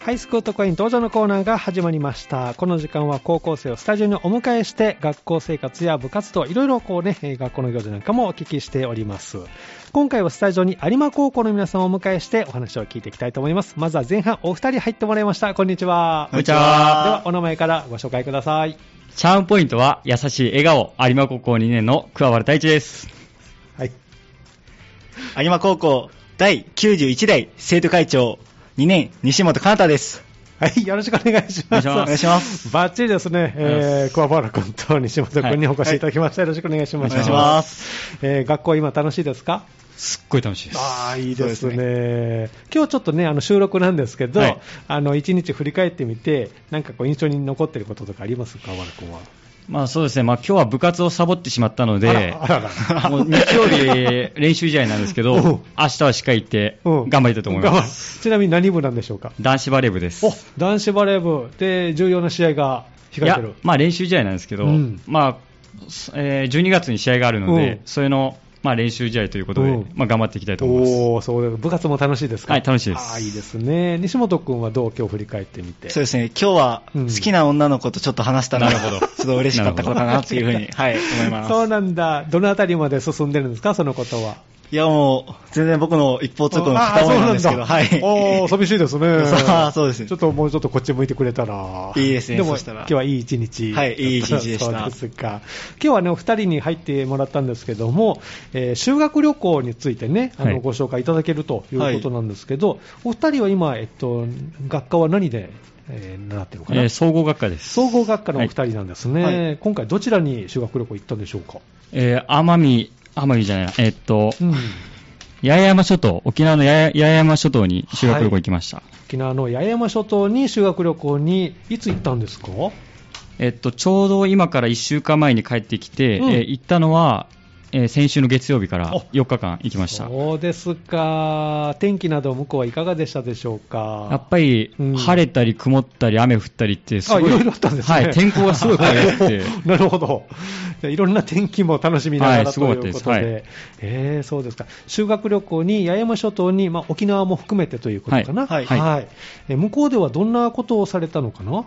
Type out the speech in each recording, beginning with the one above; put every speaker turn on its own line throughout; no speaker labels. ハイスクートコイン登場のコーナーが始まりました。この時間は高校生をスタジオにお迎えして、学校生活や部活動、いろいろこうね、えー学校の行事なんかもお聞きしております。今回はスタジオに有馬高校の皆さんをお迎えしてお話を聞いていきたいと思います。まずは前半お二人入ってもらいました。こんにちは。
こんにちは
では、お名前からご紹介ください。
チャームポイントは優しい笑顔、有馬高校2年の桑原太一です。
はい。
有馬高校第91代生徒会長2年西本かなたです。
はい、よろしくお願いします。。
お願いしますお願いします
バッチリですね、えー、桑原君と西本君にお越しいただきました。よろしくお願いします。。
お願いし
ます
えー、学校今楽しいですか
すっごい楽しいです。
ああ、いいですね。今日ちょっとね、あの収録なんですけど、
はい
あの、一日振り返ってみて、なんかこう印象に残ってることとかありますか、桑原君は。
まあそうですね、まあ今日は部活をサボってしまったので、
あらあらあら
もう日曜日練習試合なんですけど、
おう
明日はしっかり行って頑張りたいと思います。
す。 ちなみに何部なんでしょうか
男子バレー部です。
お、男子バレー部で重要な試合が
い
控え
や
てる。、
まあ練習試合なんですけど、
うん
まあ、すえー12月に試合があるの
うん
で、それの、まあ練習試合ということで、
うん
まあ頑張っていきたいと思います。
おおーそうです部活も楽しいですか
はい楽しいです
ああ、いいですね。西本君はどう今日振り返ってみて。
そうですね、今日は
うん
好きな女の子とちょっと話したの
な
で、
るほど
ちょっと嬉しかったことかなというふうに、はい、思います。
そうなんだ。どのあたりまで進んでるんですか、そのことは。
いやもう、全然僕の一方通行の片思いなんですけど、
あ
はい。
そうなんだおー寂しいですね。
そうそうですね
ちょっともうちょっとこっち向いてくれたら。
いいですね
でも、
そしたら
今日はいい一日。
はいいい一日でした
そうですか。今日はね、お二人に入ってもらったんですけども、えー修学旅行についてね、あの、
はい
ご紹介いただけるということなんですけど、お二人は今、えっと、学科は何で、えー習ってるのかな、
えー総合学科です。
総合学科のお二人なんですね、
はいは
今回、どちらに修学旅行行ったんでしょうか、
えー奄美、奄美じゃないな、えーっと、
うん
八重山諸島、沖縄の八重八重山諸島に修学旅行行きました。
沖縄の八重山諸島に修学旅行にいつ行ったんですか、
えっと、ちょうど今から1週間前に帰ってきて、
うん
えー行ったのは、えー先週の月曜日から
お
4日間行きました。
そうですか、天気など、向こうはいかがでしたでしょうか。
やっぱり
うん、
晴れたり曇ったり雨降ったりって、す
あ
ご
い
い。
ろいろあったんですね、。
はい、天候がすごい変わりやすくて
なるほど、じゃあいろんな天気も楽しみなが
は
ら
いす
と
ご
いう
かった
こと
です
で、えーそうですか、修学旅行に八重山諸島に、まあ、沖縄も含めてということかな、
はい
はい
え向こうではどんなことをされたのかな、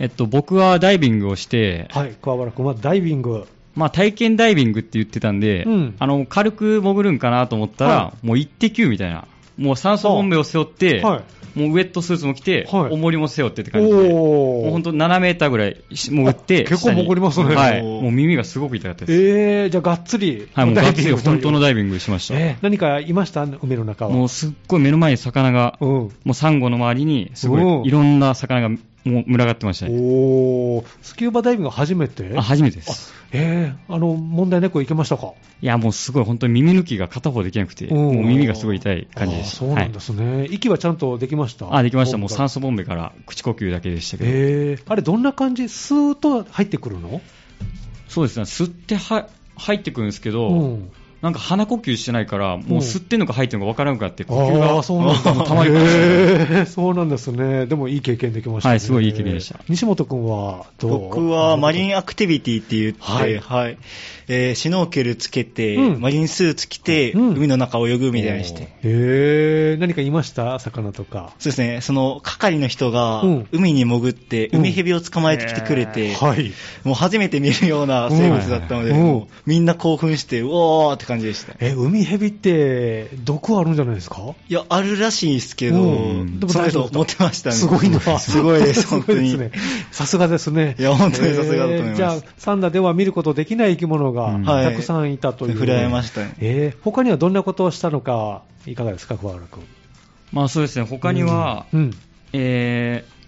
えっと、僕はダイビングをして、
はい、桑原君はダイビング、
まあ、体験ダイビングって言ってたんで、
うん
あの、軽く潜るんかなと思ったら、
は
もう一滴みたいな。もう酸素ボンベを背負って、
は
もうウェットスーツも着て、
はい
重りも背負ってって感じで。
お
もう本当7メーターぐらい潜って、
あ結構
下に
潜りますね
はい。
おー
もう耳がすごく痛かったです。
えー、じゃあ、がっつり、
はい、もう
ダイ
学
ビン
生
グという
本当のダイビングしました。
えー何かいました、海の中は。
もうすっごい目の前に魚が、
うん
もうサンゴの周りに、す
お
ご
ー
いいろんな魚がもう群がってましたね。
おースキューバダイビングは初めて
あ、初めてです。
えー、あの問題なく行けましたか
いや、もうすごい本当に耳抜きが片方できなくて、
おー
もう耳がすごい痛い感じでし
あー
た。
そうなんで
はい
すね、息はちゃんとできました
あ、できました。もう酸
素
素ボンベから口呼吸だけでしたけど。
えー、あれ、どんな感じ、スーッと入ってくるの
そうですね。吸っては入ってくるんですけど、
うん
なんか鼻呼吸してないから、もう吸ってんのか入ってんのか分からなくなって、呼吸
あ
が
あ、そうなん だ。
たまりましたね
へえそうなんですね。でもいい経験できましたね。
はいすごいいい経験でした
西本君はどう
僕はマリンアクティビティって言って、
は
はいい、えーシュノーケルつけて、
うん
マリンスーツ着て、
うん
海の中泳ぐみたいにして、
へえ何かいました魚とか。
そうですね、その係の人が
うん
海に潜って、
うん
海蛇を捕まえてきてくれて、
はい。
もう初めて見るような生物だったので、
うん
もうみんな興奮して、うおーって感じでした。
え、海蛇って毒あるんじゃないですか
いや、あるらしいですけど、
うんでも
そ
大
れ
丈夫
と持ってましたね。
すごいな。
すごいです、本当
すご。
に
いですねさすがですね。
いや本当にさすがだと思います
じゃあ、サンダでは見ることできない生き物が
うん
はい
たくさんいたという。
触れ合いましたね
えー他にはどんなことをしたのか、いかがですか、桑原君。
まあそうですね、他には、
うんうん
えー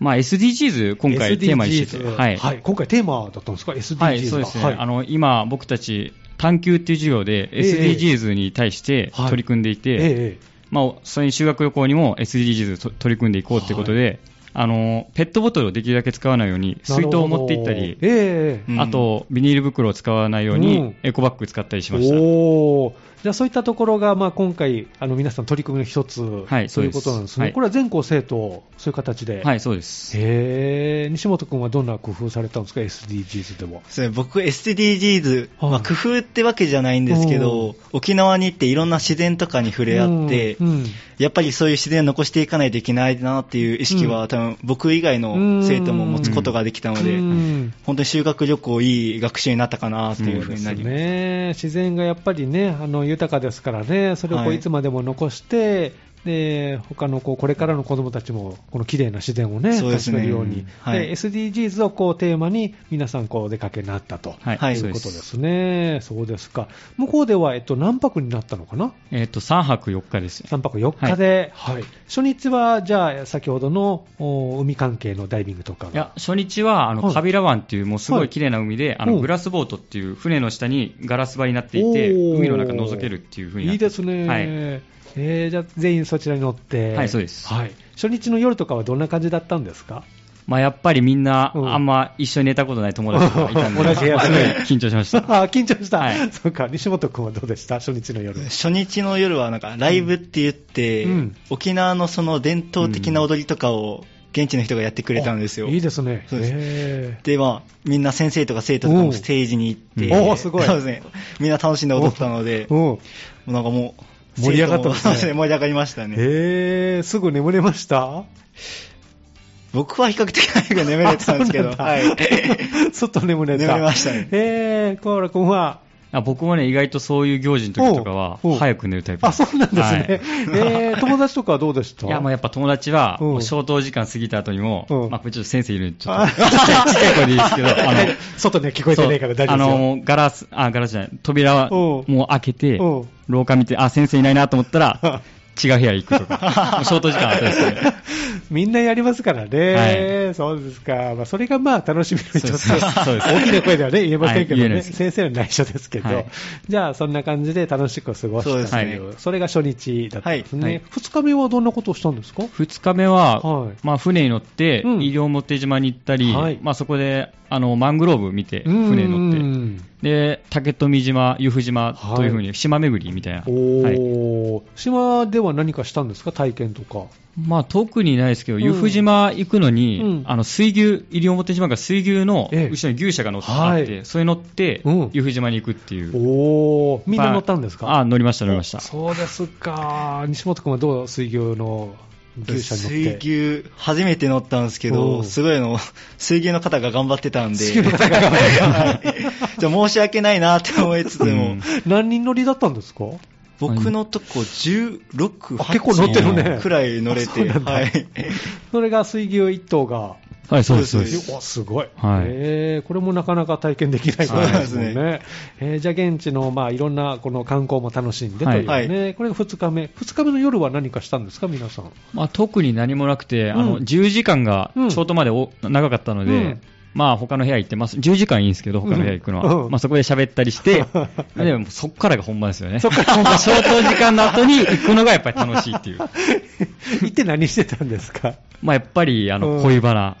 まあ SDGs 今回テーマにしてて、
SDGs
はい。
はい。今回テーマだったんですか、SDGs が。
はいそうですね。あの、今僕たち探求っていう授業で
ええ
SDGs に対して
はい
取り組んでいて、
ええ
まあ、それに修学旅行にも SDGs と取り組んでいこうってことで、あの、ペットボトルをできるだけ使わないように、水筒を持っていったり、
ええええ
うん
あと、ビニール袋を使わないよう
う
に
ん、
エコバッグ使ったりしました。
おーじゃあそういったところが、まあ、今回、あの皆さん取り組みの一つ、
はい
と
そう
い
で
う
す
ことなんですね、
はい
これは全校生徒、そういう形で、
はい、そうです。
へー西本君はどんな工夫されたんですか、SDGs でも。
そう僕、SDGs、
はい
まあ、工夫ってわけじゃないんですけど、沖縄に行っていろんな自然とかに触れ合って、
うんうん
やっぱりそういう自然を残していかないといけないなっていう意識は、多分僕以外の生徒も持つことができたので、
うん
本当に修学旅行いい学習になったかなっていうふうに
そ
な
う
り
です
ます。
ね、自然がやっぱりね、あの豊かですからね、それをこう
はい
いつまでも残して、で他のこうこれからの子どもたちも、この綺麗な自然をね、
そ
楽
うで
し
す
め
ね
るように、
はい
で SDGs をこうテーマに、皆さんこうお出かけになったと、
はい、
はい
と
そ
いううこ
です
とですね、そうですか、向こうでは、えっと、何泊になったのかな、
えっ、と、3泊4日ですね。
3泊4日で、はい初日はじゃあ、先ほどのお海関係のダイビングとかが
いや初日はあの、
はい
カビラ湾っていう、もうすご
はい
い綺麗な海で、あ
うん
のグラスボートっていう船の下にガラス張りになっていて、
おー
海の中覗けるっていう風になっ
いい
て
で
ます
ね、
はい、
えーじゃあ全員そちらに乗って、
はいそうです
はい、初日の夜とかはどんな感じだったんですか、
まあ、やっぱりみんな、
うん
あんま一緒に寝たことない友達がいたん で、
同じ部屋ですね
緊張しました。
あー緊張した、
はい
そうか、西本君はどうでした、初日の夜。
初日の夜はなんかライブって言って、
うん
沖縄のその伝統的な踊りとかを現地の人がやってくれたんですよ。
あいいですね、
そうです
えー
で、まあ、みんな先生とか生徒とかもステージに行って、
うんおーすごい
そうですね。みんな楽しんで踊ったので、
うん
なんかもう、
盛り上がったんですね
生徒もそうですね。盛り上がりましたね。
えーすぐ眠れました
僕は比較的早く眠れてたんですけど、
あ そう
は
ないん。だちょっと眠れた。
眠れましたね
えー、コアラ君は
あ僕もね、意外とそういう行事の時とかは
おうおう、
早く寝るタイプ
あ、そうなんですね。えー友達とかはどうでした
いや、まあやっぱ友達は、
うん
もう消灯時間過ぎた後にも、
うん
まあこれちょっと先生いるんで、ちょ
あ
っと、ちっちゃいちっちゃい声でいいですけど、あの、
外ね、聞こえてないから大丈夫ですよ。
そうあの、ガラス、あ、ガラスじゃない、扉は
お
も
う
う開けて
おう、
廊下見て、あ、先生いないなと思ったら、違う部屋行く とか、もう消灯時間あったですね。
みんなやりますからね、
は
そうですか、まあ、それがまあ楽しみの一つ、
そうですそうで す
大きな声では、ね、言えませんけどね、
はい言えないです
先生は内緒ですけど、
はい
じゃあそんな感じで楽しく過ごした
そ
と
う
いう、
です
そ
ね
れが初日だったんですね、
はいはい
2日目はどんなことをしたんですか、
2日目は、
はい
まあ、船に乗って、
うん
西表島に行ったり、
はい
まあ、そこであのマングローブ見て、船に乗って、
うん
で竹富島、由布島
はい
というふうに島巡りみたいな、
お
はい
ー島では何かしたんですか、体験とか。
まあ、特にないですけど、
うん
由布島行くのに、
うん
あの水牛、西表島が水牛の
ええ
後ろに牛舎が乗ってあって、
はい
それに乗って
うん、
由布島に行くっていう、
おーみんな乗ったんですか、
ああ乗りました、乗りました。
そうですか、西本君はどう、水牛の牛車に乗って。
水牛、初めて乗ったんですけ
おう
ど、すごいあの、 水牛の方が頑張っ てたんで、
水牛の方
はいじゃあ申し訳ないなって思いつつも、
うん
何人乗りだったんですか
僕のとこ16、
あ結構乗ってるね
8くらい乗れ
あそう
て、
なんだ
はい。
それが水牛1頭が、
はい、そうです、そ
そ
う
う
で。
ですす
おすごい、
はい
えーこれもなかなか体験できないことですもんね、
そう
えーじゃあ、現地の、まあ、いろんなこの観光も楽しんでというね、
はい
これが2日目、2日目の夜は何かしたんですか、皆 さん。
まあ、特に何もなくて、あ
う
の
ん
10時間が
うん
ショートまでお長かったので、
うん
まあ他の部屋行ってます、10時間いいんですけど、他の部屋行くのは、
うん
まあ、そこで喋ったり して、でもそこからが本番ですよね、そこ からショート時間の後に行くのがやっぱり楽しいっていう、
行って何してたんですか、
まあ、やっぱりあ
う
の
ん
恋バナ、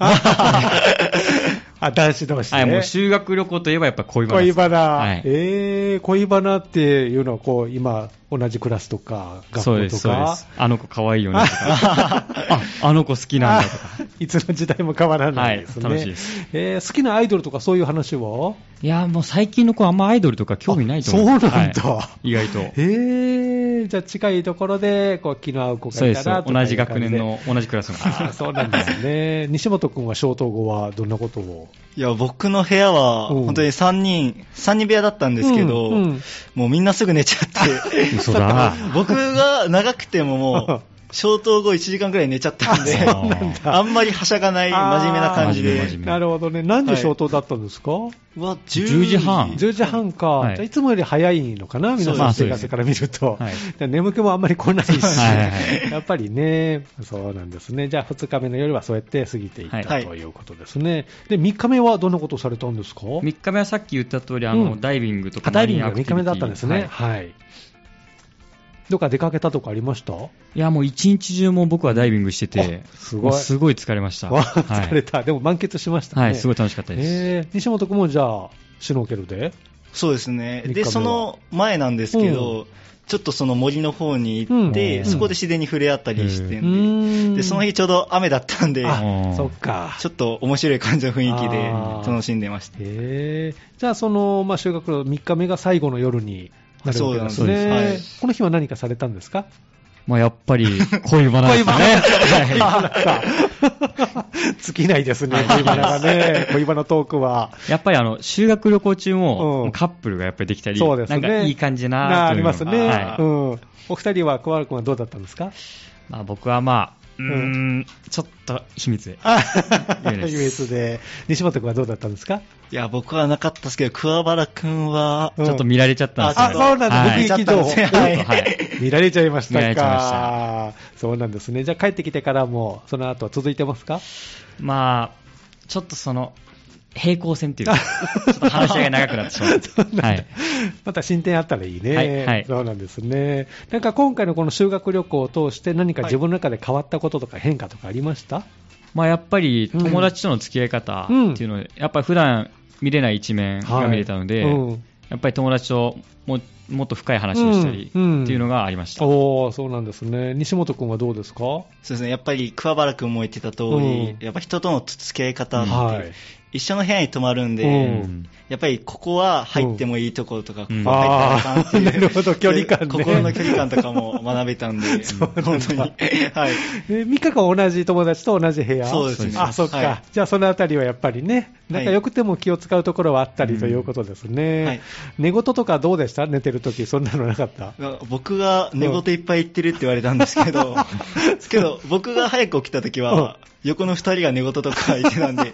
あ男子同士
はい、
で、
もう修学旅行といえばやっぱ恋バナで
恋
す、
バナ、
はい
えー恋バナっていうのはこう、今、同じクラスとか、
そう
学校
で
と
す、そうで
か
す。、あの子可愛いよね とか、ああの子好きなんだとか。
あいつの時代も変わらないですね、
はい楽しいです
えー好きなアイドルとかそういう話はい
や、もう最近の子、あんまアイドルとか興味ないと思う。
あそうなんだ
はい意外と。
えー、じゃあ近いところでこう気の合う子
そ
がい
うで
た
す。
らとか
同
い
じ
う感
学
で
年の、同じクラスの子。
あーそうなんです ね西本君は消灯後はどんなことを
いや、僕の部屋は、
うん
本当に3人、三人部屋だったんですけど、
うんうん
もうみんなすぐ寝ちゃ って、
嘘だ
僕が長くてももう、消灯後1時間くらい寝ちゃったんで、
あそうなん
だ
あんまりはしゃがない、
あー
真面目な感じで、
真面目
なるほどね何時
はい
消灯だったんですか、
は
10時半
10時半か、
はい
い、じゃあいつもより早いのかな、皆さんの
そう
生
です
活から見ると、
はい
じゃあ 眠気もあんまり来ないし、
はいはいは
やっぱりね、そうなんですね、じゃあ2日目の夜はそうやって過ぎていった、
はい
ということですね、で3日目はどんなことをされたんですか、
3日目はさっき言った通り、あの、
うん
ダイビングとか
あダイビング
マ
が
リア
3
ク
日
ティ
目
ビテ
だ
ィ
ったんですね、
はい
はいどっか出かけたとかありました、
いや、もう一日中もう僕はダイビングしてて、
あすごい
もうすごい疲れました。
わー疲れ
た。
た、でも満喫しましたね、
はい、すごい楽しかったです。
えー西本君もじゃあ、シュノーケルで、
そうですね。
三日目
で、
は
その前なんですけど、ちょっとその森の方に行って、
うん
そこで自然に触れ合ったりして
うんん
で、でその日ちょうど雨だったんで、
あ
うん
そっか
ちょっと面白い感じの雰囲気で
あー
楽しんでました。
へえじゃあその、まあ、修学旅行3日目が最後の夜になるわけなんです
そう
ね
なんです
この日は何かされたんですか
まあ、やっぱ り、恋バナですかね。はい
尽きないですね、恋バナがね、恋バナトークは。
やっぱりあの、修学旅行中
う
も
ん、
カップルがやっぱりできたり、
そうです
な
ね。
んかいい感じだな
な
と
あ
い
り
うの
ま
が
すね。
は
う
い
ん。お二人は、小原君はどうだったんですか
まあ、僕はまあ、うー、
うん
ちょっと秘密で。
秘
いいです
密で。西本君はどうだったんですか
いや、僕はなかったですけど、桑原くんは、
うん
ちょっと見られちゃったんです
あ、
よ
そうなんだ。
は
目
い
撃情報。
ちょっと
はいはい
見られちゃいましたか。
見られちゃいま
そうなんですね。じゃあ帰ってきてからも、その後は続いてますか
まあ、ちょっとその、平行 線っていうか、ちょっと話し合いが長くなってしま
そうなん
う。
だ
はい。
また進展あったらいいね、
はいはい
そうなんですね。なんか今回のこの修学旅行を通して何か自分の中で変わったこととか変化とかありました、
まあ、やっぱり友達との付き合い方っていうのは、やっぱり普段見れない一面が見れたので、
うん
やっぱり友達とももっと深い話をしたりって
うんうん
いうのがありました。
おーそうなんですね。西本君はどうですか
そうですね、やっぱり桑原くんも言ってた通り、
うん
やっぱ人との付き合い方って、
はい。
一緒の部屋に泊まるんで、
うん
やっぱりここは入ってもいいところとか、
うん
ここは入ったらあかんって
あー
いう、
なるほど距離感ね
心の距離感とかも学べたん で、本当に。はい。
え3日間同じ友達と同じ部屋
そうですね
あ、そっか。
はい
じゃあそのあたりはやっぱりね、仲良くても気を使うところはあったりということですね。
うんはい
寝言とかどうでした寝てるとき、そんなのなかった
僕が寝言いっぱい言ってるって言われたんです けど、けど僕が早く起きた時は、横の二人が寝言とか言ってたんで、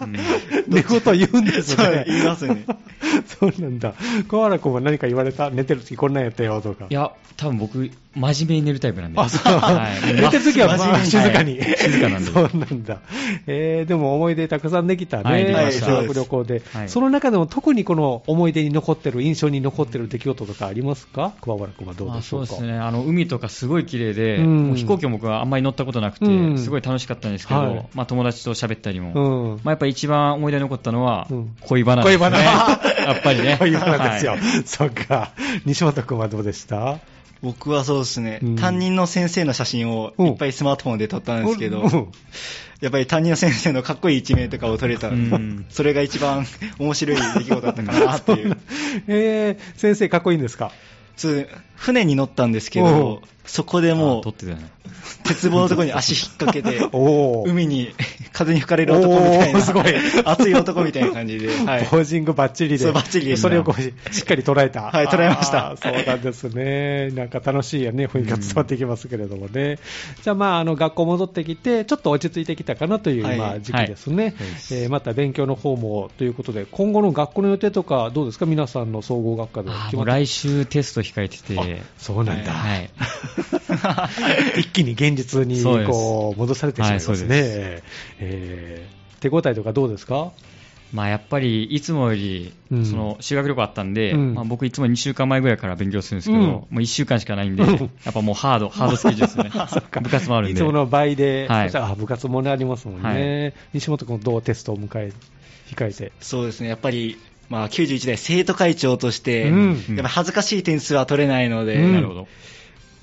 寝言言うんです
そう
ね。
言いますね。
そうなんだ。小原君は何か言われた寝てるときこんなんやったよとか。
いや、多分僕、真面目に寝るタイプなんで。
あ、そう。
はい
寝てるときはまあ
真
静か
面目
に。
はい静かなんで。
そうなんだ。えーでも思い出たくさんできた
はい
ね。
できま
した
修学旅行で。
はい
その中でも特にこの思い出に残ってる、印象に残ってる出来事とかありますか桑原君はどう
ま
で
あ
しょ
そうう
か。
ですね、あの海とかすごい綺麗で、
うん
もう飛行機も僕はあんまり乗ったことなくて、
うん
すごい楽しかったんですけど、
はい
まあ、友達と喋ったりも、
うん
まあ、やっぱり一番思い出に残ったのは、
うん
恋バナです
恋
ね、
バナ。
やっぱりね、
恋バナですよ。
はい
そっか。西本君はどうでした
僕はそうですね、
うん
担任の先生の写真をいっぱいスマートフォンで撮ったんですけど、
うん
やっぱり担任の先生のかっこいい一面とかを撮れた、
うん
それが一番 面白い出来事だったかなっていう。
えー先生かっこいいんですか
そう船に乗ったんですけ
おう
ど、そこでも
あ撮
う
っ、てたよね、
鉄棒のところに足引っ掛けて、
おー
海に 風に吹かれる男みたい
お
な、
ーすごい
熱い男みたいな感 じで、はい、
ポージングバッチリで、
そうバッチリでした
それをこうしっかり捉えた、
はい捉えました
あーそうなんですね、なんか楽しいよね、雰囲気が伝わってきますけれどもね、じゃあ、まあ、あの学校戻ってきて、ちょっと落ち着いてきたかなという、
はい
まあ、時期ですね、
そうです
えーまた勉強の方もということで、今後の学校の予定とか、どうですか、皆さんの総合学科で
あー
決ま
も
っ
う
て
来週テスト控えてて、
そうなんだ、
はい、
一気に現実に
そうです
こう戻されてしまいます
はいそう
ね。えー手応えとかどうですか
まあ、やっぱりいつもより、
うん
その修学旅行あったんで、
うん
まあ、僕、いつも2週間前ぐらいから勉強するんですけど、
うん
もう1週間しかないんで、やっぱもうハード、ハードスケジュー ル ですね、部活もあるん
い
で。
つもの倍で、
はい
そしたらあ部活もねありますもんね、
はい
西本君、どうテストを迎え控えて、
そうですね、やっぱり、まあ、91代生徒会長として、
うん
やっぱ恥ずかしい点数は取れないので、
うん
なるほど。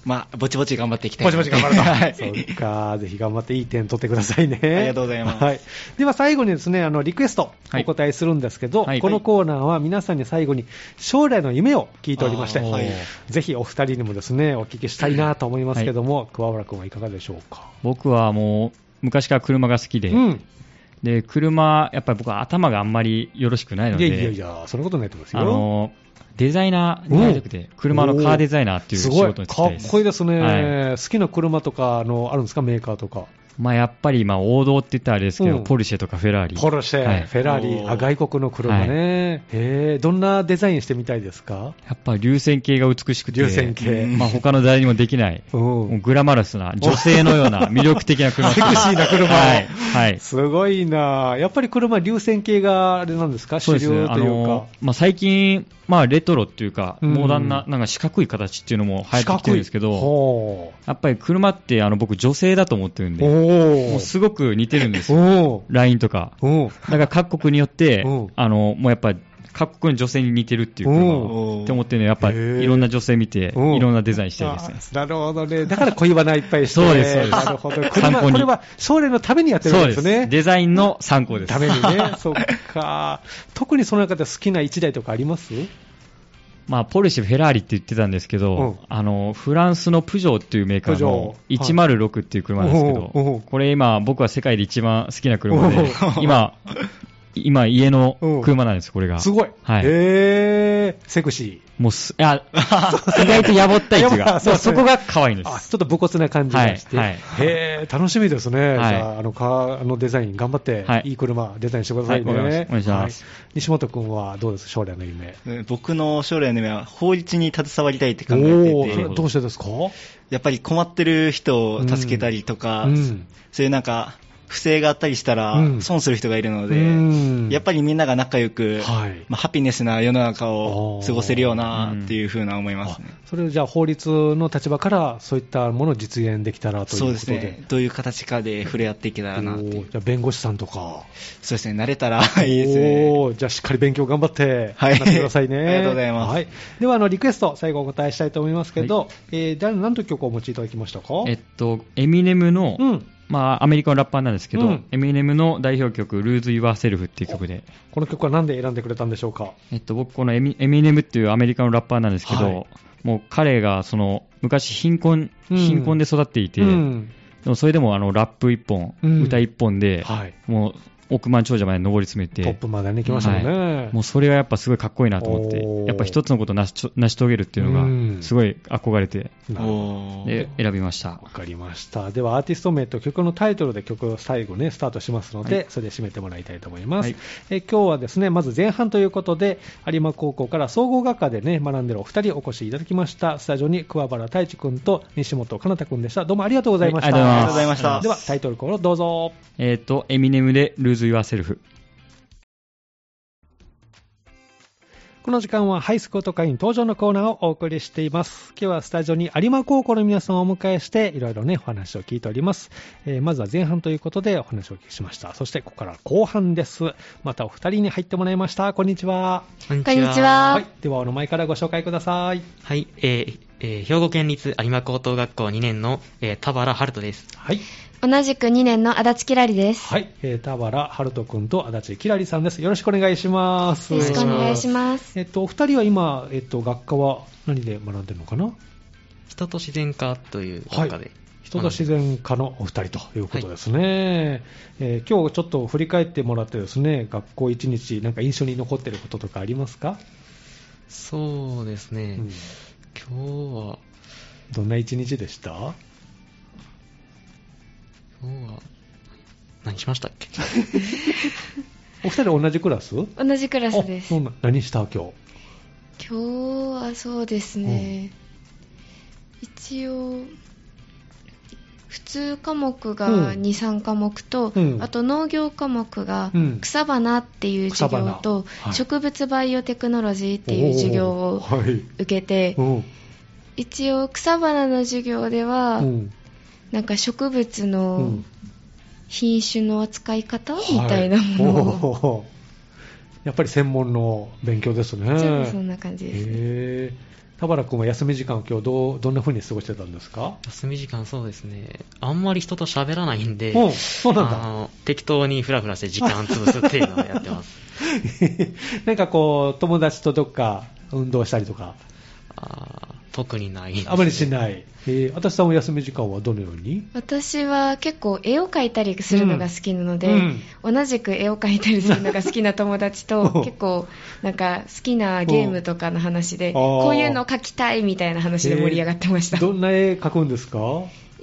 まあ、ぼちぼち頑張っていきたい
ぼちぼち頑張ると、
は い
そっか、ぜひ頑張っていい点取ってくださいね。あ
りがとうございます
はい、では最後にですねあのリクエスト、
はい
お答えするんですけど、
はい
このコーナーは皆さんに最後に将来の夢を聞いておりまして、
あーはい
ぜひお二人にもですねお聞きしたいなと思いますけども、桑原君はいかがでしょうか。
僕はもう昔から車が好きで、
うん、
で車、やっぱり僕は頭があんまりよろしくないの
い
で、
やいやいや、そんなことないと思いますよ。
あのデザイナーになりたくて、車のカーデザイナーっていう仕事に就
す
き
ご
た
いか
いで
っ
す。
こいいですね、
は
好きな車とかあのあるんですか、メーカーとか、
まあ、やっぱりまあ王道って言ったらあれですけど、
うん
ポルシェとかフェラーリ。
ポルシェ、
はい
フェラーリ
おー
あ、外国の車ね、へーどんなデザインしてみたいですか、
やっぱ流線形が美しくて、
流線形
まあ、他の誰にもできない、
うん
もうグラマラスな、女性のような魅力的な 車。
セクシーな車
はい。はい。
すごいな、やっぱり車、流線形があれなんですか、
そ
主
うですね
流
あ
というか
の。、まあ、最近、まあ、レトロっていうか、
うん
モダンな、なんか四角い形っていうのも流行ってきてるんですけ
四角い
ど、
ほ
やっぱり車ってあの僕女性だと思ってるん
う
で、も
お
うすごく似てるんですよ。
ーお
LINE とか。
ーおー
だから各国によって
うん、
あの、もうやっぱ各国の女性に似てるっていう車
うん
をって思ってね、やっぱ
へー
いろんな女性見て、い
うん
ろんなデザインしてるんですね。
あなるほどね。だから恋バナいっぱいして。
そうですそうです
なるほど。これ
参
は、
考に
これは、将来のためにやってる
そ
ん
う
で
ですす。
ね。
デザインの参考です。
ために ね。そっか。特にその中で好きな一台とかあります
まあ、ポルシェ、フェラーリって言ってたんですけど、
うん
あのフランスのプジョーっていうメー
プ
カー
ジョ
の
ーは
106っていう車なんですけど、
おうおう
これ今、僕は世界で一番好きな車
お
で
う、
今、今家の車なんです、これが。
すごい。
はい
へー、セクシー。
もうす、いや、 意外とやぼったいっていう
やば
か、
そうで
そ
す
そ
ね
こが可愛いんで
あ
す。
ちょっと武骨な感じがして、
はいはい
へー楽しみですね、
はい
じゃあ、あのカーのデザイン、頑張って、
はい
い、い車、デザインしてくださいね、
はいわかりましたお願いします
西本君はどうです、将来の夢、
え僕の将来の夢は法律に携わりたいって考え
おーそ
て
れ
て
は、どうしてですか、
やっぱり困ってる人を助けたりとか、
うん
そういうなんか、不正があったりしたら
うん
損する人がいるので、
うん
やっぱりみんなが仲良く、
はい
まあ、ハピネスな世の中を過ごせるようなっていうふうな思いますね。
あそれをじゃあ、法律の立場から、そういったものを実現できたらというこ
そう
と
です
で、
ね。どういう形かで触れ合っていけたらなってい
お
う
ー。じゃあ弁護士さんとか、
そうですね。慣れたらいいですね。
おーじゃあしっかり勉強頑張って、
はい
なってくださいね。
ありがとうございます
はい、ではあの、リクエスト、最後お答えしたいと思いますけど、えー誰の何という曲をお持ちいただきましたか
えっと、エミネムの、
うん、
まあ、アメリカのラッパーなんですけど、
うん
エミネムの代表曲、Lose Yourself っていう曲で、
この曲は何で選んでくれたんでしょうか、
えっと、僕、このエミエミネムっていうアメリカのラッパーなんですけど、
はい
もう彼がその昔貧困、
うん
貧困で育っていて、
うん
でもそれでもあのラップ一本、
うん
歌一本で、
はい、
もう億万長者まで上り詰め
トッ
て、
プまでね、来ましたもんね。
もうそれがやっぱすごいかっこいいなと思って
おー、
やっぱ一つのことを成しちょ成し遂げるっていうの
うん
が、すごい憧れて、
なるほど
おー
で選びました
わ。かりました。では、アーティスト名と曲のタイトルで曲を最後ね、スタートしますので、それで締めてもらいたいと思います。
はい
え今日はですね、まず前半ということで、有馬高校から総合学科でね、学んでるお二人お越しいただきました。スタジオに桑原太一君と西本かなた君でした。どうもありがとうございました。
はい
あり
あ
がとうございました。
では、タイトルコールをどうぞ。
えっ、と、エミネムで Lose Yourself。
この時間はハイスクート会員登場のコーナーをお送りしています。今日はスタジオに有馬高校の皆さんをお迎えして、いろいろね、お話を聞いております。えーまずは前半ということでお話をお聞きしました。そして、ここから後半です。またお二人に入ってもらいました。こんにちは。
こんに
こんにち
は
は。
い。では、お名前からご紹介ください。
はい、えーえー兵庫県立有馬高等学校2年の、えー田原春人です。
はい。
同じく2年の足立きらりです。
はい。えー、田原春人くんと足立きらりさんです。よろしくお願いします。
よろしくお願いし
す。
ます。
えっと、お二人は今、えっと、学科は何で学んでるのかな
人と自然科という学科で。
人と自然科のお二人ということですね、えー今日ちょっと振り返ってもらってですね学校一日なんか印象に残ってることとかありますか、
そうですね、
うん
今日は、
どんな一日でした
今日は、何しましたっけ
お二人同じクラス
同じクラスで
あ
す。
そう
今
な何した今日
日はそうですね。一応、普通科目が
う
2、
ん
3科目と、
うん
あと農業科目が
うん
草花っていう授業と
草花はい、
植物バイオテクノロジーっていう授業
お
を
ーはい
受けて
う、ん
一応草花の授業では、
うん
なんか植物
う
の
ん
品種の扱い方みたいなもの
はい
を、
おーやっぱり専門の勉強ですね
全部そんな感じですね。
へー田原君は休み時間を今日どうどんな風に過ごしてたんですか
休み時間そうですね、あんまり人と喋らないんで、
おうそうなんだ
あの適当にフラフラして時間潰すっていうのをやっ てます。
なんかこう、友達とどっか運動したりとか、
あー特にないですね
あまりしない。えー、あたしさんお休み時間はどのように
私は結構絵を描いたりするのが好きなので、
うん
同じく絵を描いたりするのが好きな友達
お
と
う
結構なんか好きなゲームとかの話で
おうあー
こういうの描きたいみたいな話で盛り上がってました、
どんな絵描くんですか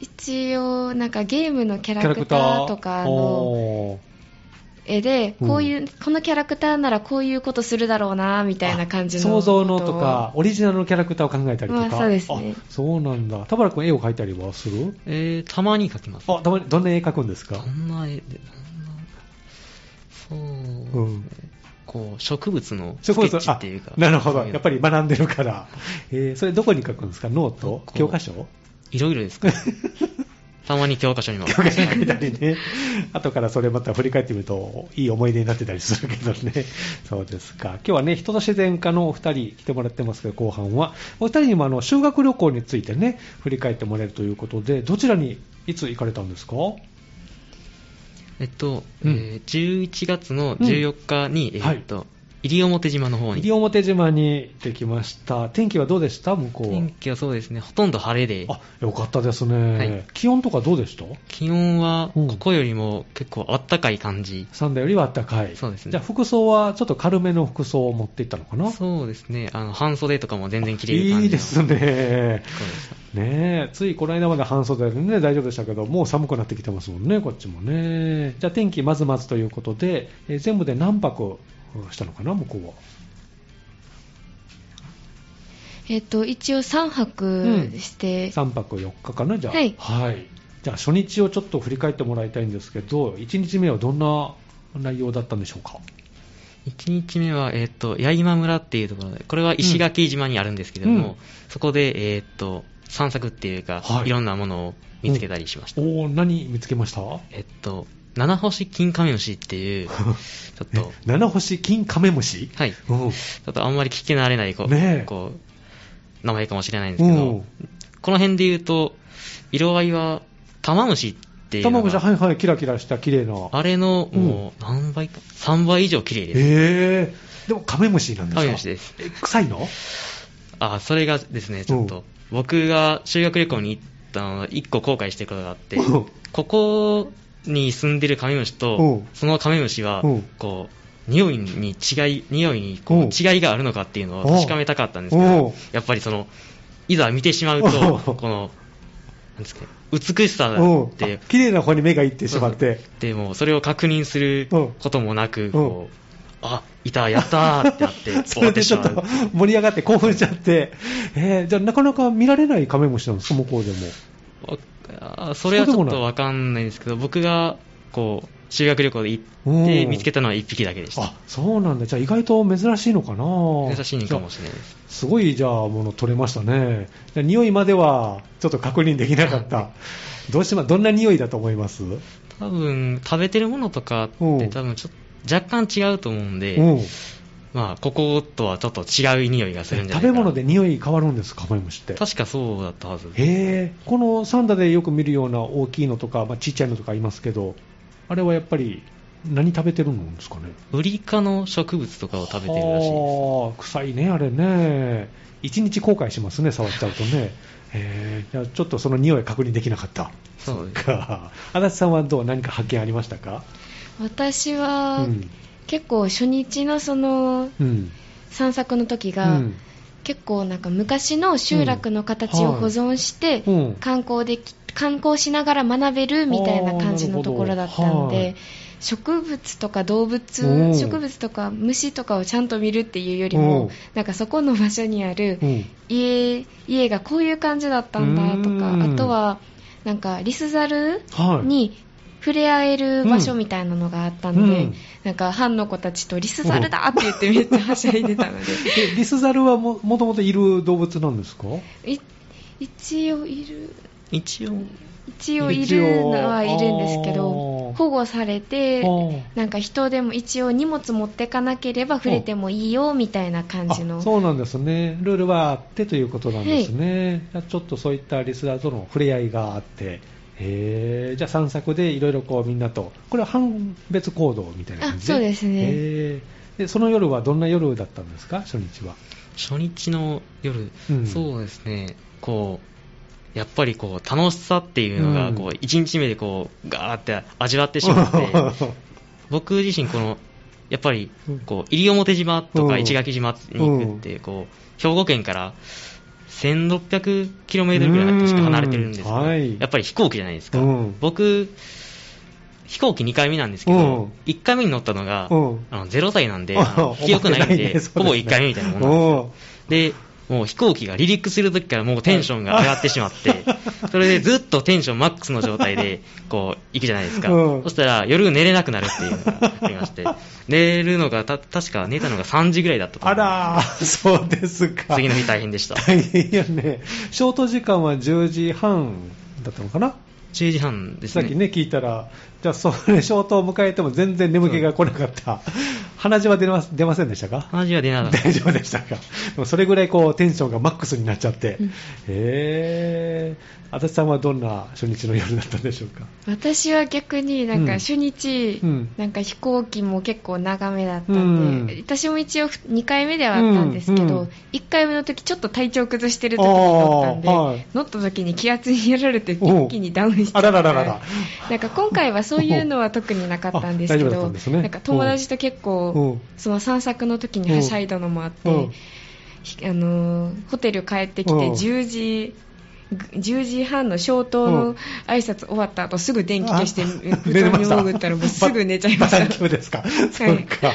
一応なんかゲームの
キ
キャラクターとかの
おー
絵で
うん
こういう、このキャラクターならこういうことするだろうなみたいな感じの
想像の
こと
と
を
か、オリジナルのキャラクターを考えたりとか。
まあそうですね
あそうなんだ。田原君絵を描いたりはする
えーたまに書きます。
あ、たまに、どんな絵描くんですか
どんな絵で、どんな、そう、
うん
こう、植物のス
そこ
ケ
そ
ッチっていうか
あ、なるほど。
そういう
や
の
っぱり学んでるから。えー、それどこに描くんですかノート
こう
教科書
いろいろですかたまに教科書にも。
教科書に書いたりね、後からそれまた振り返ってみると、いい思い出になってたりするけどね、 そうですか、今日はね、人と自然科のお二人来てもらってますけど、後半は、お二人にもあの修学旅行についてね、振り返ってもらえるということで、どちらにいつ行かれたんですか
えっと、
うん
えー11月の14日に、
うん
えっと、西表島の方に。
西表島にできました、天気はどうでした、向こうは
天。気はそうですね、ほとんど晴れで、
あよかったですね、
はい
気温とかどうでした
気温は
うん
ここよりも結構あったかい感じ。
三台よりは暖かい。
そうですね
じゃあ服装はちょっと軽めの服装を持っていったのかな
そうですね、あの、半袖とかも全然着れる感じの。
いいですね。
そうでした。
ねえ、ついこの間まで半袖でね、大丈夫でしたけど、もう寒くなってきてますもんね、こっちもね。じゃあ天気まずまずということで、えー全部で何泊うんしたのかな、向こうは。
えっと、一応3泊して、
3泊4日かな、じゃあ。
はい
じゃあ初日をちょっと振り返ってもらいたいんですけど、1日目はどんな内容だったんでしょうか。
1日目は、えっと、八木間村っていうところで、これは石垣島にあるんですけれども、
うん
そこで、えっと、散策っていうか、
はい
い、ろんなものを見つけたりしました。
おー、何見つけました
えっと、七星金カメムシって いう、ちょっ
え
と、
七星金カメムシ
はい、
うん。
ちょっとあんまり聞き慣れないこう、
ねえ
こう名前かもしれないんですけど、この辺で言うと、色合いは、玉虫っていうのが。
卵じゃ、はいはい、キラキラした綺麗な。
あれの、もう、何倍か、3倍以上綺麗です。
えー、でもカメムシなんですか
カメムシです。
え臭いの
あ、それがですね、ちょっ
うん
と、僕が修学旅行に行ったのは、1個後悔してることがあって
うん、
ここに住んでるカメムシ
う
と
ん、
そのカメムシは
うん、
こう、匂いに違い、匂いにこう
うん
違いがあるのかっていうのを確かめたかったんですけ
うん
ど、やっぱりその、いざ見てしまうと、
うん
この、なんですかね、美しさだ
うん
っ。て
あ綺麗な方に目がいってしまって。
でもそれを確認することもなく、こうあいた、やったーってなって
そ
終わ
れ
って
でち
し
ょ
ま
っと
う。
盛り上がって興奮しちゃって、えーじゃあなかなか見られないカメムシなんですか、向こうでも。
あそれはち
そう
ょ
でもな
っ
い
とわかんないですけど、僕がこう修学旅行で行
う
っ
ん
て見つけたのは1匹だけでした
あ。そうなんだ、じゃあ意外と珍しいのかな、
優しいかもしれないです。
すごいじゃあ、もの取れましたね、じゃあ匂いまではちょっと確認できなかった、どうしまどんな匂いだと思います、
多分食べてるものとかっ
うん
て多分ちょっと若干違うと思うんで、
うん、
まあこことはちょっと違う匂いがするんじゃ
食
ない
べ
かな。
物で匂い変わるんですか、カメムシって。
確かそうだったはず。
へえこのサンダでよく見るような大きいのとか、まあ、ちっちゃいのとかいますけど、あれはやっぱり、何食べてるんですかね。
ウリ科の植物とかを食べてるらしいです。
はあ臭いね、あれね、一日後悔しますね、触っちゃうとね、えーじゃあちょっとその匂い確認できなかった、
そうです
か、足立さんはどう、何か発見ありましたか、
私
う
は、
ん
結構初日のその
うん
散策の時が、
うん
結構なんか昔の集落の形を保存して
うんはい
観光でき観光しながら学べるみたいな感じのところだった
あーなるほ
ん
どはい
で植物とか動
う
物
ん
植物とか虫とかをちゃんと見るっていうより
うん
もなんかそこの場所にある
うん
家家がこういう感じだったんだと
う
か
ん
あとはなんかリスザル
はい
に触れ合える場所みたいなのがあったんで、
うん
なんか班の子たちとリスザルだって言ってめっちゃはしゃいでたので
でリスザルはももともといる動物なんですか
い一応いる
一応、
一応いるのはいるんですけ
一応
ど保護されて
あー
なんか人でも一応荷物持ってかなければ触れてもいいよみたいな感じの
あそうなんですね、ルールはあってということなんですね、じゃあちょっとそういったリスナーとの触れ合いがあって、へーじゃあ散策でいろいろこうみんなと、これは判別行動みたいな感じで、
あそうですね
へーでその夜はどんな夜だったんですか、初日は。
初日の夜、
うん
そうですね、こう、やっぱりこう、楽しさっていうの
う
が、
ん
こう、一日目でこう、ガーって味わってしま って、僕自身、この、やっぱり
うん、
こう、西表島と
う
か
ん
石垣島に行くって、こう、兵庫県から、1600キロメートルぐらい確か離れてるんですけど、
うんはい
やっぱり飛行機じゃないですか。
うん
僕、飛行機2回目なんですけ
う
ど
ん、
1回目に乗ったのが、
うん
あの0歳な んで、あの記憶ないん
覚えてない
で
ね、そうですね
ほぼ1回目みたいなもんなんですよ。で、もう飛行機が離陸するときからもうテンションが上がってしまって、それでずっとテンションマックスの状態で、こう、行くじゃないですか。
うん
そしたら夜寝れなくなるっていうのがありまして、寝るのがた、確か寝たのが3時ぐらいだったと
あ
思う
らー、そうですか。
次の 日大変でした。
大変やね。ショート時間は10時半だったのかな
10時半です
さ
ね。
っきね、聞いたら、じゃあ、それ、消灯を迎えても全然眠気が来なかった。鼻血は出ます出ませんでしたか
話は出なかった。
大丈夫でしたか、でもそれぐらいこうテンションがマックスになっちゃって、
うん
へー、足立さんはどんな初日の夜だったんでしょうか、
私は逆になん
うん
か初日、
うん
なんか飛行機も結構長めだったんで、
うん
私も一応2回目ではあったんですけど、
うんうん
1回目の時ちょっと体調崩してる時に乗ったんで、
あーはい
乗った時に気圧にやられて一気にダウンして
あららららら、
なんか今回はそういうのは特になかったんですけ
あ大丈夫だった
ど、
んですね
なんか友達と結構、
うん
その散策の時にはしゃいだのもあって、
うん
ひあのーホテル帰ってきて
うん
10時、10時半の消灯
うん
の挨拶終わった後すぐ電気消して
あ
布
寝て
団
ま
に
した
潜ったらもうすぐ寝ちゃいまし
バ
た
タンキューですか、そうか、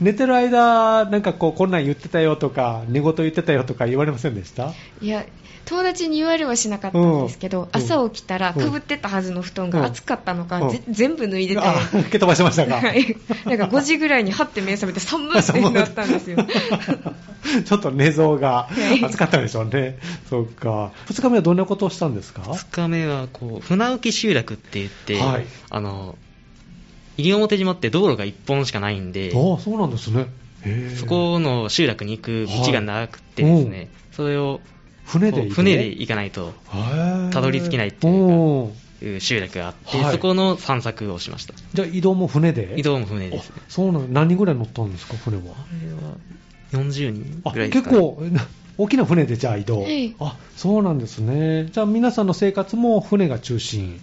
寝てる間、なんかこう、こんなん言ってたよとか、寝言言ってたよとか言われませんでした
いや友達に言われはしなかったんですけど、
うん
朝起きたら
うん
かぶってたはずの布団
うん
が暑かったのか、
うん
ぜ全部脱いでて、
あ蹴飛ばしましたか。
はいなんか5時ぐらいにはって目覚め て寒いってなったんですよ
ちょっと寝相が
はい
暑かったでしょうね。そうか。2日目はどんなことをしたんですか
2日目はこう船浮集落って言って、
はい
あの西表島って道路が1本しかないんで
ああ、そうなんですね。へえ
そこの集落に行く道が長くてですね、
はいうん
それを
船で
こ
行
う
く
船で行かないと
へえ
たどり着けないっていうか
おー
いう集落があって、
はい
そこの散策をしました
じゃあ移動も船で
移動も船ですね
あそうなん何人ぐらい乗ったんですか、船は。
これは40人
あ
ぐらいで
結
すか、ね、
構、 な大きな船でじゃあ移動、
はい
あそうなんですね、じゃあ皆さんの生活も船が中心、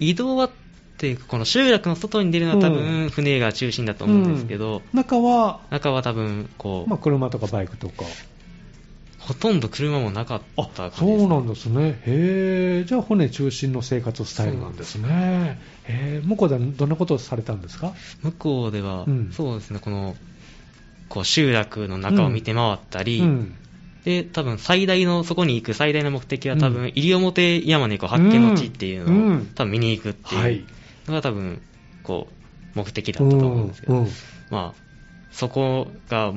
移動はっていうかこの集落の外に出るのは多
う
分船が中心だと思うんですけど、
中は、
中は多分こう、
まあ、車とかバイクとか、
ほとんど車もなかった感じです、
そうなんですね、へえ、じゃあ船中心の生活スタイルなんですね、へえ向こうではどんなことをされたんですか、
向こうでは、
うん
そうですね、この、こう集落の中を見て回ったり、
うん
で、多分最大の、そこに行く最大の目的は多
う
分、
ん
西表山猫発見の地っていうのを、
うん
多分見に行くって
はい
いうのが多分、こう、目的だったと思うんですけど、
うんうん
まあ、そこが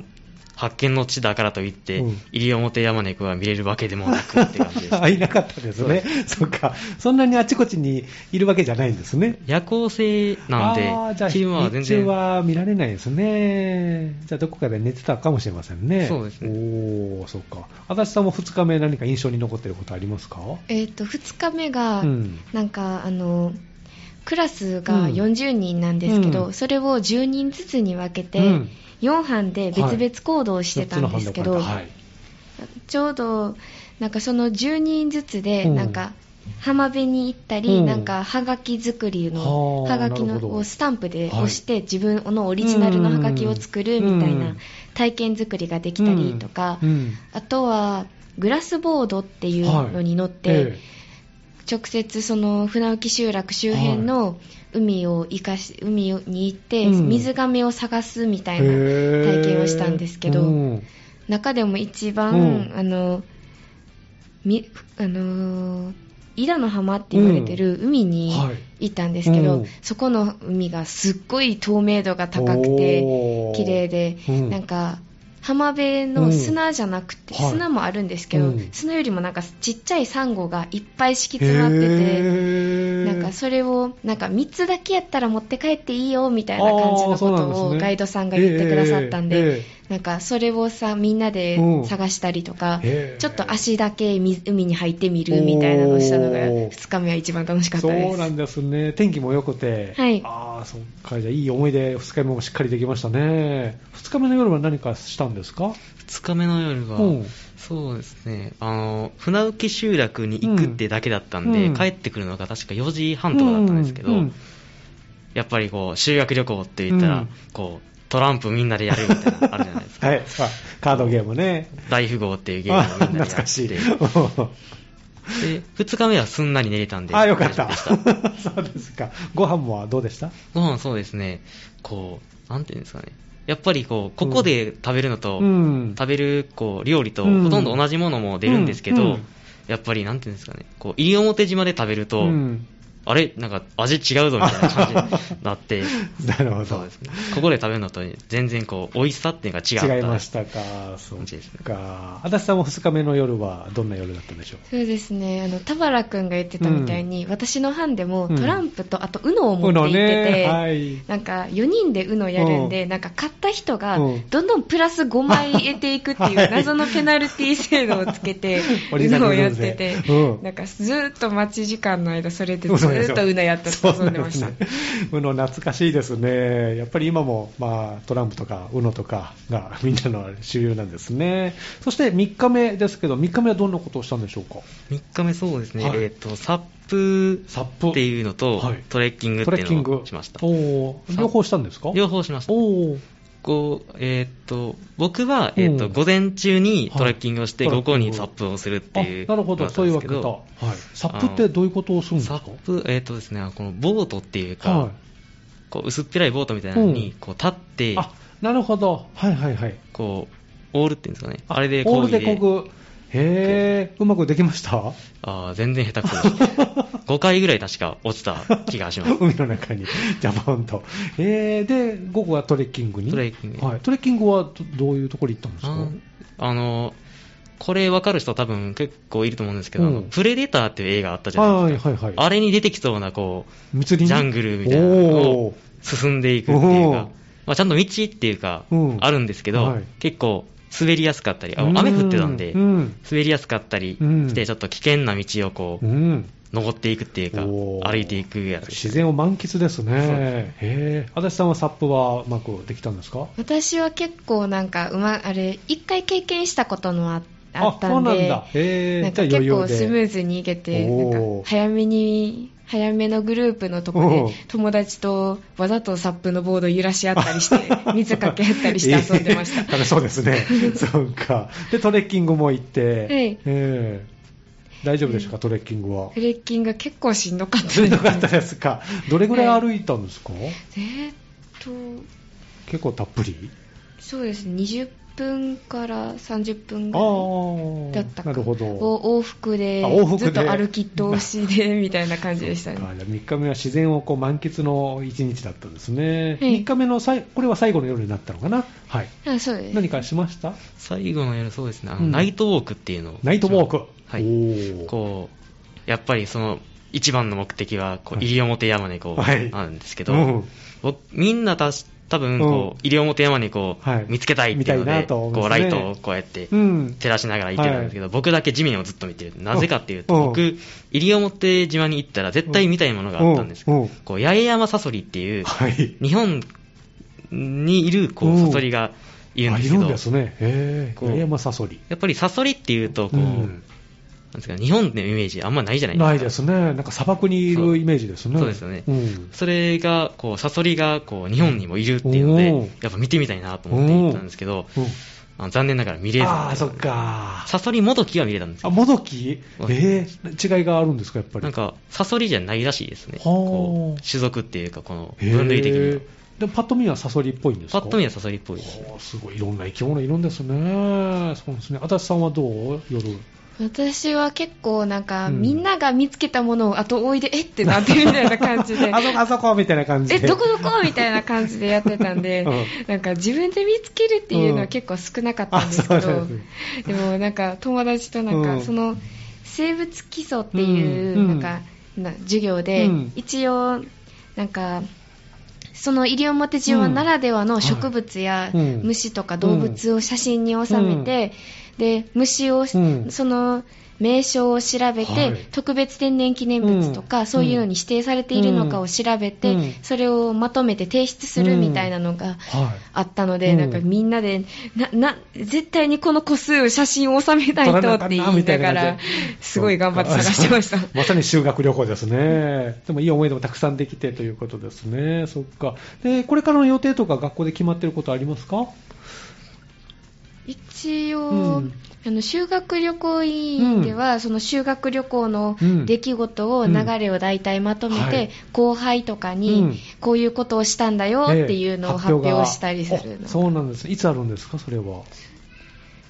発見の地だからといって、
うん
西表山猫が見れるわけでもなくって感じでし た
あ。いなかったですね、そっか、そんなにあちこちにいるわけじゃないんですね。
夜行性なん
あーじゃ
で、
あ
昼間は全
日中
然、
は見られないですね。じゃあ、どこかで寝てたかもしれませんね。
そうですね
おー、そっか。足立さんも2日目、何か印象に残ってることありますか
えっと2日目が、
うん
なんかあのクラス
うん
が40人なんですけど、
うん
それを10人ずつに分けて、
うん
4班で別々行動してたんですけど、
四つの班で
ちょうどなんかその10人ずつで、
うん
なんか浜辺に行ったり、
うん
なんかはがき作りの
はあ
はがき
なるほ
の
ど
をスタンプで
はい
押して、自分のオリジナルのはがきを作るみたい
うん
な体験作りができたりとか、
うんうん
あとはグラスボードっていうのに乗って、
はいえ
直接その船浮集落周辺の海を生かし海に行って
うん
水がめを探すみた
え
い
へ
な
ー
体験をしたんですけど、
うん
中でも一
うん
番、あのみあのー伊良の浜って言われてる海に
はい
行ったんですけど、
うん
そこの海がすっごい透明度が高くて
おー
綺麗で、
うん
なんか浜辺の砂じゃなくて、
うんはい
砂もあるんですけ
う
ど、
ん
砂よりもなんかちっちゃいサンゴがいっぱい敷き
へ
詰まってて。
ー
なんかそれをなんか3つだけやったら持って帰っていいよみたいな感じのこ
あーそうなんで
と
す
を
ね
ガイドさんが言ってくださったん
ええええ
で
え
なんかそれをさみんなで
うん
探したりとか
へえ
ちょっと足だけみ海に入ってみるみたいなのをしたのが
おー
2日目は一番楽しかったで
そうな
す
んですね。天気も良くて。
はい
ああ、そっか。じゃあ、いい思い出、2日目もしっかりできましたね。2日目の夜は何かしたんですか
2日目の夜は、
うん
そうですねあの船浮集落に行くってだけだったんで、
うん
帰ってくるのが確か4時半とかだったんですけど、
うんうん
やっぱりこう修学旅行って言ったら、
うん
こうトランプみんなでやるみたいなのあるじゃないです か、
はい。あカードゲームね。
大富豪っていうゲームを
あ
みんなでや
懐
って
かしい。
で
あ
2日目はすんなり寝れたんで
あ、よかった。
大丈
そ
夫でし
うですか。ご飯もどうでした
ご飯そうですねこうなんていうんですかねやっぱりこうここで食べるのと、
ん
食べるこう料理と
うん
ほとんど同じものも出るんですけど、
うんうん
やっぱりなんていうんですかねこう西表島で食べると、
うん
あれなんか味違うぞみたいな感じ になって
なるほど
そうですねここで食べるのと全然こう美味しさっていうのが違った
違いましたか、そう
そうですね
か、足立さんも2日目の夜はどんな夜だったんでしょう、
そうですね、あの田原くんが言ってたみたいに、私の班でも
うん
トランプと、あと UNO を持っていってて、
UNO ねはい
なんか4人で UNO やるんで、
うん
なんか買った人が
うん
どんどんプラス5枚得ていくってい
はいう
謎のペナルティ制度をつ けて、
オリジナ
UNO
ル
を
ルー
やっ
ル
て
で
て、
うん
なんかずーっと待ち時間の間、それでず
そうなんですよ
ーっと UNO やったって遊んでました。
そうなんですね、うの懐かしいですね、やっぱり今も、まあ、トランプとか、うのとかがみんなの主流なんですね、そして3日目ですけど、3日目はどんなことをしたんでしょうか、
3日目そうですね、
はい
えっ、とサップ
サップ
っていうのと、
はい
トレッキングっ
ト
て
レッ
い
キン
う
グ
のをしました
おー両方したんですか
両方しました
おー
こうえっ、と僕は、えー、
う
と
ん
午前中にトレッキングをして、
はい
午後にサップをするって
あ
いう
なるほど、そういうわけだ、はい
だ、
サップってどういうことをするんです
サ
か
ップえっ、とですねこのボートっていうか、
はい
こう薄っぺらいボートみたいなのに
うん
こう立って、
あなるほど、はいはいはい、
こうオールっていうんですかねあれで
オール
漕い
でこぐ、へーうまくできました
あー全然下手くそでした5回ぐらい確か落ちた気が します
海の中に、ジャポンと、えー、で午後はトレッキングに、
トレッキング
はい、トレッキングはどどういうところに行ったんですか
ああのこれ分かる人多分結構いると思うんですけど、
うん
あのプレデターっていう映画あったじゃないですか、
はいはいはい
あれに出てきそうなこう
密林
ジャングルみたいなの
お
を進んでいくっていう
おー
か、まあ、ちゃんと道っていうか、
うん
あるんですけど、
はい
結構滑りやすかったりあ
うん
雨降ってたんで、
うん
滑りやすかったり
うん
してちょっと危険な道をこ
ー
う、
うん、
登っていくっていうか
おー
歩いていくやつ
自然を満喫です
そう
ね、へー足立さんはサップはうまくできたんですか
私は結構なんか、うま、あれ、一回経験したことのああったんで。
そうなんだ、へー
なんか
じゃあ
結
余裕
構
で
スムーズにいけて、
おー
なんか早めに、早めのグループのとこ
おう
で、友達とわざとサップのボード揺らし合った りして、水かけ合ったりして遊んでまし
え
た
ー。 楽しそうですね。そうか。で、トレッキングも行って。
はい
えー大丈夫でしょうか、トレッキングは。
トレッキングが結構しんどかったです
しんどかったですか。どれぐらい歩いたんですか、
えーっと、
結構たっぷり
そうですね、20分から30分
あ
ぐ
あ
らい
ー。
だったか
なるほど。
を往復で
あ往復で
ずっと歩き通しで、みたいな感じでしたね。
あじゃあ3日目は自然をこう満喫の一日だったんですね、
はい
3日目のさいこれは最後の夜になったのかな、はい、
あそうです。
何かしました
最後の夜そうですねあの
うん
ナイトウォークっていうのを
ナイトウォーク、
はい
おー
こう、やっぱりその、一番の目的は、こう、
はい
西表山猫
はい
なんですけど、
うん
僕みんなたし、多分こう、西表山猫を
はい
見つけたいっていうの
見
で、
たいなと思
こ
いますね
う、ライトをこうやって、
うん、
照らしながら行ってたんですけど、僕だけ地面をずっと見てる。なぜかっていうと、
うん
僕、西表島に行ったら絶対見たいものがあったんですけ
うんうん
ど、こう、八重山サソリっていう、
はい
日本にいる、こ
う、
うんサソリがいるんです
あ
け
いる
ど
ん、ですね。えー、
こう
八重山サソリ。
やっぱりサソリっていうと、こう、
う
なん
ん
ですか、日本のイメージあんまないじゃないですか。
ないですね。なんか砂漠にい
そ
る
う
イメージですね。
そうですよね
うん。
それが、こう、サソリが、こう、日本にもいるっていうので
おー、
やっぱ見てみたいなと思って行ったんですけど、
うん
あの残念ながら見れず。
ああ、そっか。
サソリもどきは見れたんです
あ、
よ。
もどき
そう
えー、違いがあるんですか、やっぱり。
なんか、サソリじゃないらしいですね。
ほー
こう、種族っていうか、この、
へー
分類的には。
でもパッと見はサソリっぽいんです
パ
か
ッと見
は
はサソリっぽいですね。
すごい、いろんな生き物いるんですね。そうですね。足立さんはどう夜。
私は結構なんか、
うん
みんなが見つけたものを後追いでえってなってるみたいな感じ で
あそこ、あそこみたいな感じ
え
で。
どこどこみたいな感じでやってたんで、
うん
なんか自分で見つけるっていうの
う
は
ん
結構少なかったんですけ
あそ
ど、
うなんで
でもなんか友達となん
うん
かその生物基礎っていう
うん
なんかな授業で
うん
一応なんかその西表島ならではの植物や
うんはいうん
虫とか動物を写真に収めて、で虫を
うん
その名称を調
は
べ
い
て特別天然記念物と
う
か
ん
そういうのに指定されているのかを調べ
う
て
ん
それをまとめて提出するみたいなのが
はい。
あったので、
うん
なんかみんなでなな絶対にこの個数を写真を収めない
撮ら
と
な
っ
か
て
ったな
言
い
なが
みたいな
ら
感じ
すごい頑張って探してました
そうかまさに修学旅行ですね。でもいい思い出もたくさんできてということですね。そっか。で、これからの予定とか学校で決まってることありますか
一応、
うん
あの修学旅行委員では、その修学旅行の出来事を、
うん
流れを大体まとめ
は
て、
い
後輩とかに、
うん
こういうことをしたんだよっていうのを発
が
表したりするの、
あそうなんです。いつあるんですか、それは。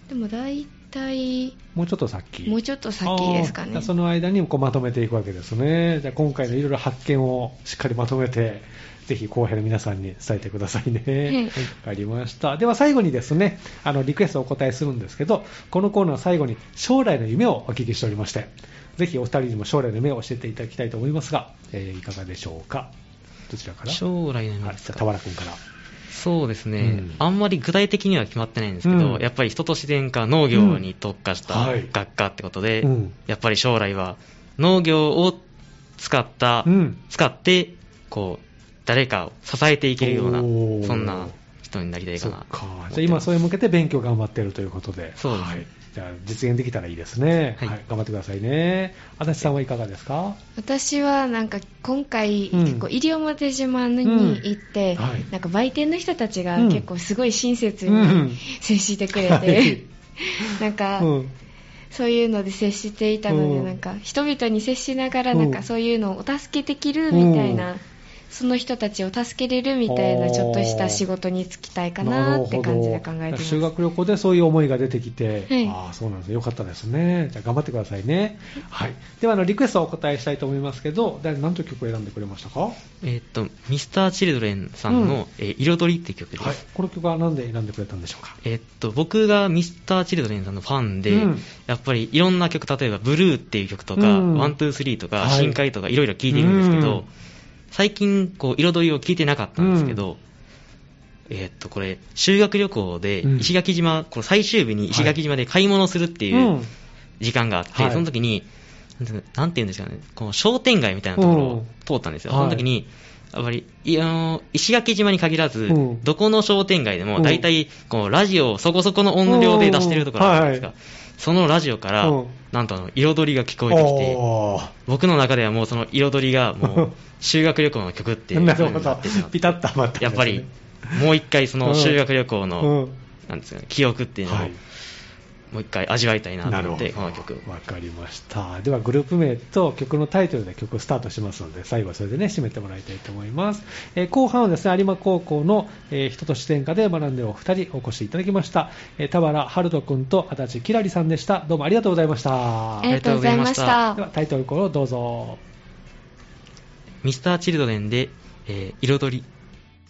でも大体
もうちょっと先
もうちょっと先ですか
あ
ね
ーその間にこうまとめていくわけですね。じゃあ今回のいろいろ発見をしっかりまとめて、ぜひ後輩の皆さんに伝えてくださいね。
い
わかりました。では最後にですね、あの、リクエストをお答えするんですけど、このコーナー最後に将来の夢をお聞きしておりまして、ぜひお二人にも将来の夢を教えていただきたいと思いますが、えーいかがでしょうかどちらから
将来の夢
は
で
い、
す
じゃあ
か
田原君から。
そうですね、
うん
あんまり具体的には決まってないんですけど、
うん
やっぱり人と自然か農業に特化した
うんはい
学科ってことで、
うん
やっぱり将来は農業を使った、
うん
使ってこう誰かを支えていけるような
おー
そんな人になりたいか
そっ
な
か
思っ。
じゃあ
てま
今
す
それに向けて勉強頑張ってるということで。
そうですね
はい。じゃあ実現できたらいいですね。は。
はいい
頑張ってくださいね。足立さんはいかがですか
私はなんか今回、
うん
結構西表島に行って、
うんはい
なんか売店の人たちが
うん
結構すごい親切
うん
に接してくれて、
はい
なんか、
うん。
そういうので接していたので、
うん
なんか人々に接しながら
うん
なんかそういうのをお助けできるみたいな、
うん
その人たちを助けれるみたい
あ
な
ー
ちょっとした仕事に就きたいかなって感じで
な
考えて
るほ
ま
ど
す
修。学旅行でそういう思いが出てきて、
はい
ああそうなんですねよかったですねじゃあ頑張ってくださいね、はい、ではあのリクエストをお答えしたいと思いますけど誰何という曲を選んでくれましたか、は
えーっと Mr.Children さん
うん
の「えー彩り」っていう曲です、
い、この曲は何で選んでくれたんでしょうか
えーっと僕が Mr.Children さんのファンで、
うん
やっぱりいろんな曲例えば「ブルー」っていう曲とか「
うん
ワントゥースリー」と
は
か
い
「深海」とかいろいろ聴いてるんですけど、
うん
最近こう彩りを聴いてなかったんですけど、えーっとこれ修学旅行で
うん
石垣島、この最終日に石垣島で買い物するっていう、
うん
時間があって、
はい
その時に、なんていうんですかね、この商店街みたいなところを通ったんですよ。
うん
その時に、やっぱり、いあの石垣島に限らず、
うん
どこの商店街で
う
も、
ん
大体、こう、ラジオをそこそこの音量で出してるところあるじゃないですか。
うん
そのラジオから、
うん
なんとあの、彩りが聞こえてきて、
おー
僕の中ではもうその彩りが、 もう、修学旅行の曲っていう
な
風
る
に
ほ
な
ど
ってしまっ
ピ
て、
タッとはまったんですね
やっぱり、もう一回その修学旅行
う
の、
ん
なんですかね、記憶っていうのを、
はい
もう一回味わいたいなと
なる
思っ
ほど
て、この曲を。
わかりましたではグループ名と曲のタイトルで曲スタートしますので最後はそれでね締めてもらいたいと思います、えー後半はですね有馬高校の、えー人と自然科で学んでお二人お越しいただきました、えー田原春人君と足立きらりさんでしたどうもありがとうございました
ありがとうございまし
あ
た
で。はタイトルコールをどうぞ
ミスターチルドレンで、えー彩り。